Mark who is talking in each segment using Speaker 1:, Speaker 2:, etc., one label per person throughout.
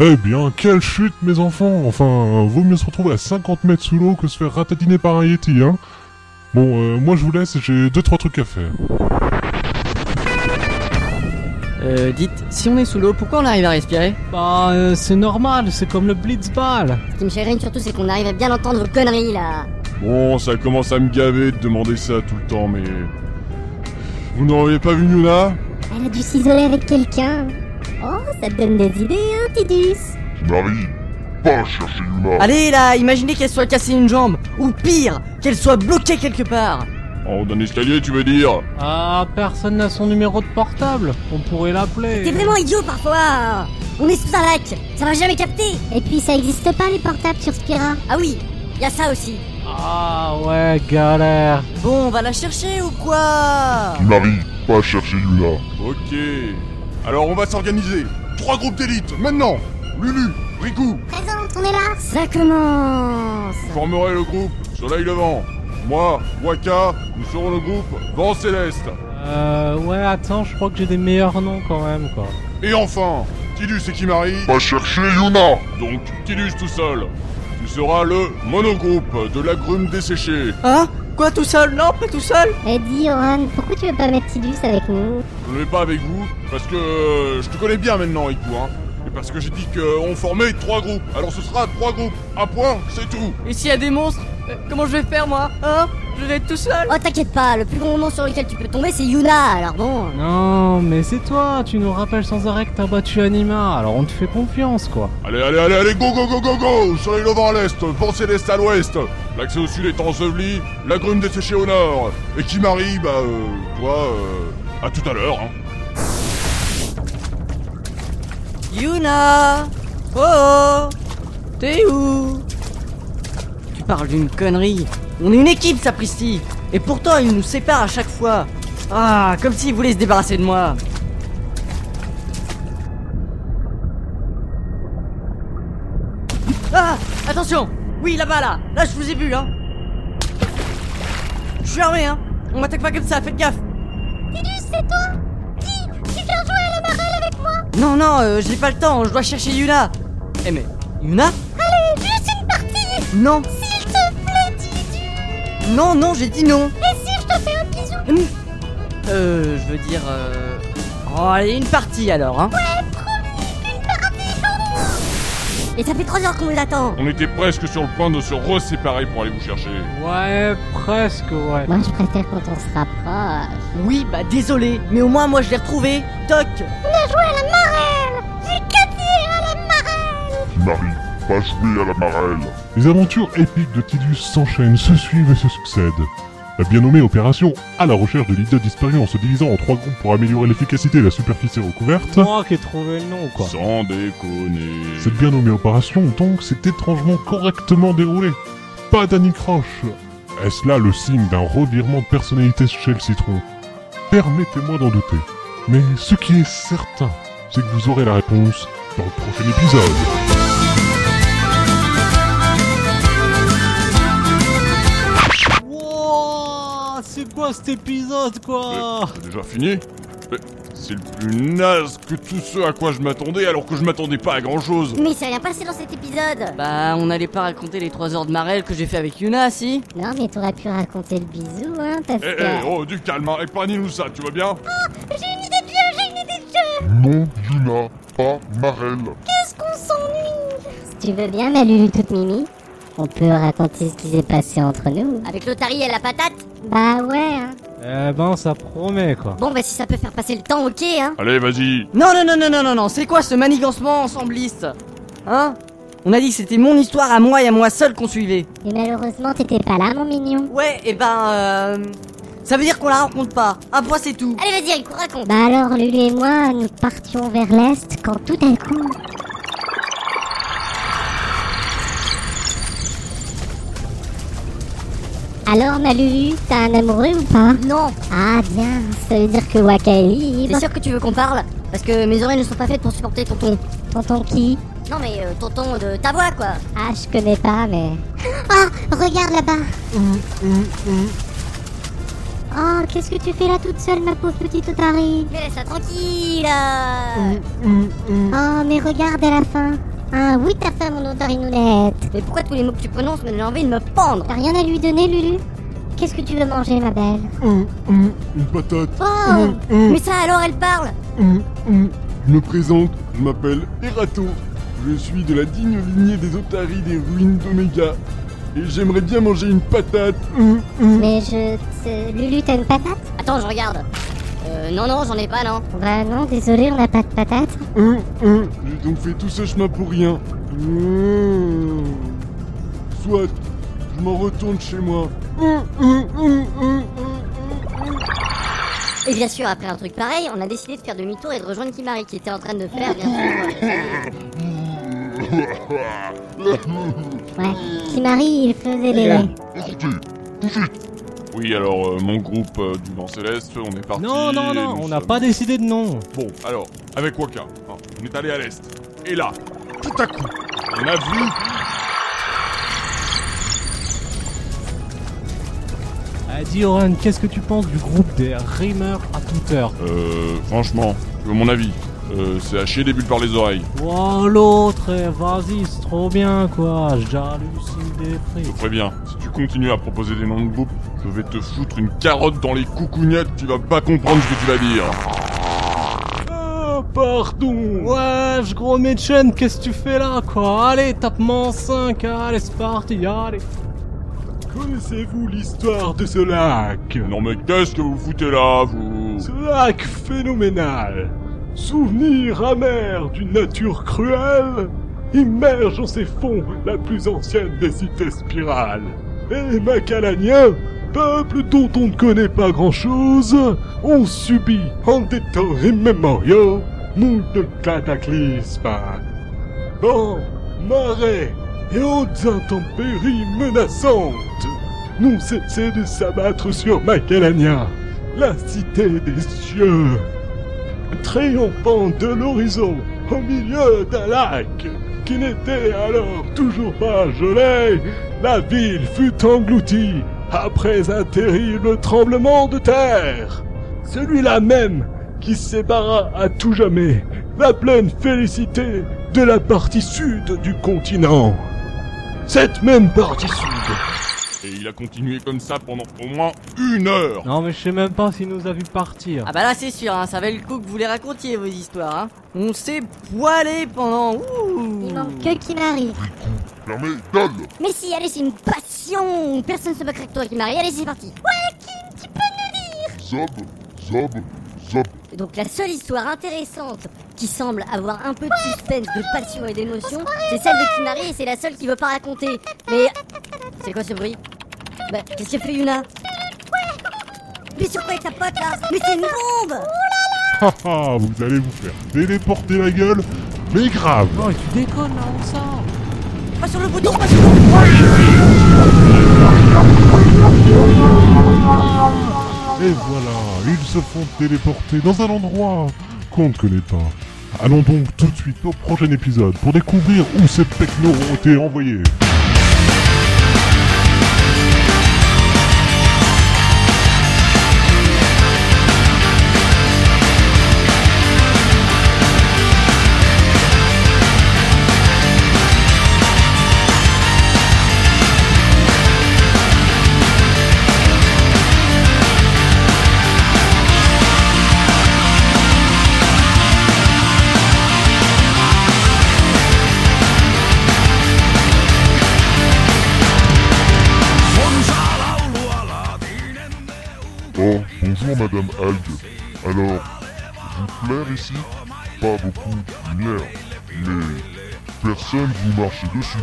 Speaker 1: Eh bien, quelle chute, mes enfants Enfin, euh, vaut mieux se retrouver à 50 mètres sous l'eau que se faire ratatiner par un Yeti, hein Bon, euh, moi je vous laisse, j'ai deux trois trucs à faire.
Speaker 2: Euh, dites, si on est sous l'eau, pourquoi on arrive à respirer
Speaker 3: Bah, euh, c'est normal, c'est comme le blitzball.
Speaker 4: Ce qui me chagrine surtout, c'est qu'on arrive à bien entendre vos conneries là.
Speaker 5: Bon, ça commence à me gaver de demander ça tout le temps, mais. Vous n'auriez pas vu Nuna
Speaker 4: Elle a dû s'isoler avec quelqu'un. Oh, ça te donne des idées, hein, Tidus
Speaker 6: Marie, pas chercher Yuna.
Speaker 2: Allez là, imaginez qu'elle soit cassée une jambe, ou pire, qu'elle soit bloquée quelque part
Speaker 5: En haut d'un escalier, tu veux dire
Speaker 3: Ah, personne n'a son numéro de portable. On pourrait l'appeler.
Speaker 4: T'es vraiment idiot parfois On est sous un lac Ça va jamais capter Et puis ça existe pas les portables sur Spira Ah oui y a ça aussi
Speaker 3: Ah ouais, galère.
Speaker 2: Bon, on va la chercher ou quoi
Speaker 6: Marie, pas chercher Yuna.
Speaker 5: Ok. Alors on va s'organiser. Trois groupes d'élite, maintenant Lulu, Riku,
Speaker 4: Présente, on est là Ça commence
Speaker 5: vous formerez le groupe Soleil Levant. Moi, Waka, nous serons le groupe Vent Céleste.
Speaker 3: Euh, ouais, attends, je crois que j'ai des meilleurs noms quand même, quoi.
Speaker 5: Et enfin, Tidus et Kimari,
Speaker 6: Pas chercher Yuna.
Speaker 5: donc Tidus tout seul. Tu seras le monogroupe de l'agrume desséché.
Speaker 2: Hein Quoi, tout seul Non, pas tout seul
Speaker 4: Eh dis, Oran, pourquoi tu veux pas mettre Tidus avec nous
Speaker 5: Je ne vais pas avec vous parce que euh, je te connais bien maintenant, Riku. Hein. Et parce que j'ai dit qu'on formait trois groupes. Alors ce sera trois groupes. Un point, c'est tout.
Speaker 2: Et s'il y a des monstres, euh, comment je vais faire moi Hein Je vais être tout seul
Speaker 4: Oh t'inquiète pas, le plus grand moment sur lequel tu peux tomber c'est Yuna, alors bon...
Speaker 3: Non, mais c'est toi, tu nous rappelles sans arrêt que t'as battu Anima, alors on te fait confiance, quoi.
Speaker 5: Allez, allez, allez, allez, go, go, go, go, go Soleil levant à l'est, vent céleste à l'ouest L'accès au sud est enseveli, la grume desséchée au nord Et qui marie, bah, euh, toi, euh, à tout à l'heure, hein.
Speaker 2: Yuna Oh oh T'es où Tu parles d'une connerie. On est une équipe, sapristi Et pourtant, ils nous séparent à chaque fois Ah, comme s'ils voulaient se débarrasser de moi Ah Attention Oui, là-bas, là Là, je vous ai vu, hein Je suis armé, hein On m'attaque pas comme ça, faites gaffe
Speaker 4: Tidus, c'est toi Qui Tu viens jouer à la marelle avec moi
Speaker 2: Non, non, euh, j'ai pas le temps, je dois chercher Yuna Eh mais, Yuna
Speaker 4: Allez, juste une partie
Speaker 2: Non
Speaker 4: S'il te plaît, Tidus
Speaker 2: Non, non, j'ai dit non
Speaker 4: Et si je te fais un bisou
Speaker 2: Hum. Euh, je veux dire... Euh... Oh, allez, une partie alors, hein
Speaker 4: Et ça fait 3 heures qu'on vous attend
Speaker 5: On était presque sur le point de se reséparer pour aller vous chercher.
Speaker 3: Ouais, presque, ouais.
Speaker 4: Moi je préfère quand on se rapproche...
Speaker 2: Oui, bah désolé, mais au moins moi je l'ai retrouvé Toc
Speaker 6: Marie, pas jouer à la marelle.
Speaker 1: Les aventures épiques de Tidus s'enchaînent, se suivent et se succèdent. La bien nommée opération à la recherche de l'idole disparue en se divisant en trois groupes pour améliorer l'efficacité de la superficie recouverte.
Speaker 3: Moi qui ai trouvé le nom, quoi.
Speaker 5: Sans déconner...
Speaker 1: Cette bien nommée opération, donc, s'est étrangement correctement déroulée. Pas d'anicroche Est-ce là le signe d'un revirement de personnalité chez le citron Permettez-moi d'en douter. Mais ce qui est certain, c'est que vous aurez la réponse dans le prochain épisode.
Speaker 3: Wouah, c'est quoi cet épisode, quoi
Speaker 5: C'est déjà fini Mais c'est le plus naze que tout ce à quoi je m'attendais alors que je m'attendais pas à grand-chose.
Speaker 4: Mais il s'est rien passé dans cet épisode
Speaker 2: Bah, on n'allait pas raconter les 3 heures de marelle que j'ai fait avec Yuna, si
Speaker 4: Non mais t'aurais pu raconter le bisou, hein, parce
Speaker 5: Eh, eh, oh, du calme, hein, épargnez-nous ça, tu vois bien
Speaker 4: J'ai une idée de jeu, j'ai une idée de jeu
Speaker 6: Non, Yuna, pas marelle.
Speaker 4: Qu'est-ce qu'on s'ennuie Si tu veux bien, ma Lulu toute mimi, on peut raconter ce qui s'est passé entre nous. Avec l'otarie et la patate Bah ouais, hein.
Speaker 3: Eh ben, ça promet, quoi.
Speaker 4: Bon bah si ça peut faire passer le temps, ok, hein.
Speaker 5: Allez, vas-y
Speaker 2: Non, non, non, non, non, non, non, c'est quoi ce manigancement ensembliste Hein On a dit que c'était mon histoire à moi et à moi seul qu'on suivait.
Speaker 4: Et malheureusement, t'étais pas là, mon mignon.
Speaker 2: Ouais, et ben... Euh... Ça veut dire qu'on la rencontre pas. Un point, c'est tout.
Speaker 4: Allez, vas-y, Rico, raconte Bah alors, Lulu et moi, nous partions vers l'est quand tout à coup... Alors, ma Lulu, t'as un amoureux ou pas
Speaker 7: Non,
Speaker 4: Ah bien, ça veut dire que Waka est libre.
Speaker 7: c'est sûr que tu veux qu'on parle Parce que mes oreilles ne sont pas faites pour supporter tonton.
Speaker 4: Tonton qui
Speaker 7: Non mais euh, tonton de ta voix quoi
Speaker 4: Ah, je connais pas, mais... Ah, regarde là-bas mm. Oh, Oh, qu'est-ce que tu fais là toute seule, ma pauvre petite otarie
Speaker 7: Mais laisse-la tranquille
Speaker 2: Mm.
Speaker 7: euh.
Speaker 4: Oh, mais regarde à la fin. Ah oui, t'as faim, mon otarinounette.
Speaker 7: Mais pourquoi tous les mots que tu prononces me donnent envie de me pendre
Speaker 4: T'as rien à lui donner, Lulu Qu'est-ce que tu veux manger, ma belle
Speaker 5: Mm, Une patate. Mm,
Speaker 7: Oh
Speaker 2: Mm.
Speaker 7: Mais ça alors elle parle
Speaker 5: Je me présente, je m'appelle Erato. Je suis de la digne lignée des otaries des ruines d'Omega. Et j'aimerais bien manger une patate. mm.
Speaker 4: Mais je... c'est- Lulu, t'as une patate
Speaker 7: Attends, je regarde. Euh, non, non, j'en ai pas, non.
Speaker 4: Bah non, désolé, on n'a pas de patate.
Speaker 5: J'ai donc fait tout ce chemin pour rien. Soit, je m'en retourne chez moi.
Speaker 7: Et bien sûr, après un truc pareil, on a décidé de faire demi-tour et de rejoindre Kimari qui était en train de faire, bien sûr. euh,
Speaker 4: Ouais. Kimari, il faisait les laits.
Speaker 6: Sortez
Speaker 5: Oui, alors, euh, mon groupe euh, du Vent Céleste, on est parti.
Speaker 3: Non, non,
Speaker 5: et
Speaker 3: non,
Speaker 5: nous
Speaker 3: on n'a
Speaker 5: sommes-
Speaker 3: pas décidé de nom.
Speaker 5: Bon, alors, avec Waka, hein, on est allé à l'est. Et là, tout à coup, on a vu.
Speaker 3: Ah, dis Oren, qu'est-ce que tu penses du groupe des rimeurs à toute heure
Speaker 5: Euh, franchement, à mon avis, euh, c'est à chier des bulles par les oreilles.
Speaker 3: Wow, l'autre, eh, vas-y, c'est trop bien quoi, j'hallucine des prix.
Speaker 5: Très bien, si tu continues à proposer des noms de groupes, je vais te foutre une carotte dans les coucougnettes, tu vas pas comprendre ce que tu vas dire.
Speaker 3: Ah, pardon Wesh, gros Mädchen, qu'est-ce que tu fais là quoi Allez, tape-moi en 5, allez, c'est parti, allez
Speaker 8: Connaissez-vous l'histoire de ce lac
Speaker 5: Non mais qu'est-ce que vous foutez là, vous
Speaker 8: Ce lac phénoménal Souvenir amer d'une nature cruelle Immerge en ses fonds la plus ancienne des cités spirales Et Macalaniens, peuple dont on ne connaît pas grand-chose, ont subi en des temps immémoriaux moult de cataclysmes Vents, marées et hautes intempéries menaçantes n'ont cessé de s'abattre sur Macalania, la cité des cieux. Triomphant de l'horizon au milieu d'un lac qui n'était alors toujours pas gelé, la ville fut engloutie après un terrible tremblement de terre. Celui-là même qui sépara à tout jamais la pleine félicité de la partie sud du continent. Cette même partie sud
Speaker 5: Et il a continué comme ça pendant au moins une heure
Speaker 3: Non mais je sais même pas s'il nous a vu partir.
Speaker 2: Ah bah là c'est sûr, hein, ça valait le coup que vous les racontiez vos histoires. Hein. On s'est poilé pendant... Ouh
Speaker 4: Il manque que Kimari.
Speaker 6: Fermez, dalle
Speaker 7: Mais si, allez, c'est une passion Personne se moquerait de toi, Kimari, allez, c'est parti
Speaker 6: Zob, zob, zob.
Speaker 7: Donc la seule histoire intéressante qui semble avoir un peu de suspense, de passion et d'émotion, c'est celle de Kimari et c'est la seule qui veut pas raconter. Mais... C'est quoi ce bruit Bah, qu'est-ce que fait Yuna Mais sur quoi avec sa pote là Mais c'est une bombe
Speaker 1: Haha, vous allez vous faire téléporter la gueule, mais grave
Speaker 3: Oh, tu déconnes là, on sort
Speaker 2: Pas sur le bouton, pas sur le bouton
Speaker 1: Et voilà, ils se font téléporter dans un endroit qu'on ne connaît pas. Allons donc tout de suite au prochain épisode pour découvrir où ces technos ont été envoyés.
Speaker 6: Oh, bonjour Madame Algue. Alors, vous plaire ici Pas beaucoup, l'air. Mais personne vous marche dessus.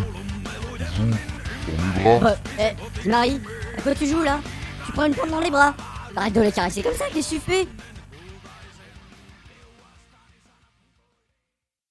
Speaker 6: Vous, dans mes bras,
Speaker 7: Bah, eh, Kimari, à quoi tu joues là Tu prends une pomme dans les bras Arrête de la caresser comme ça, qu'est-ce que tu fais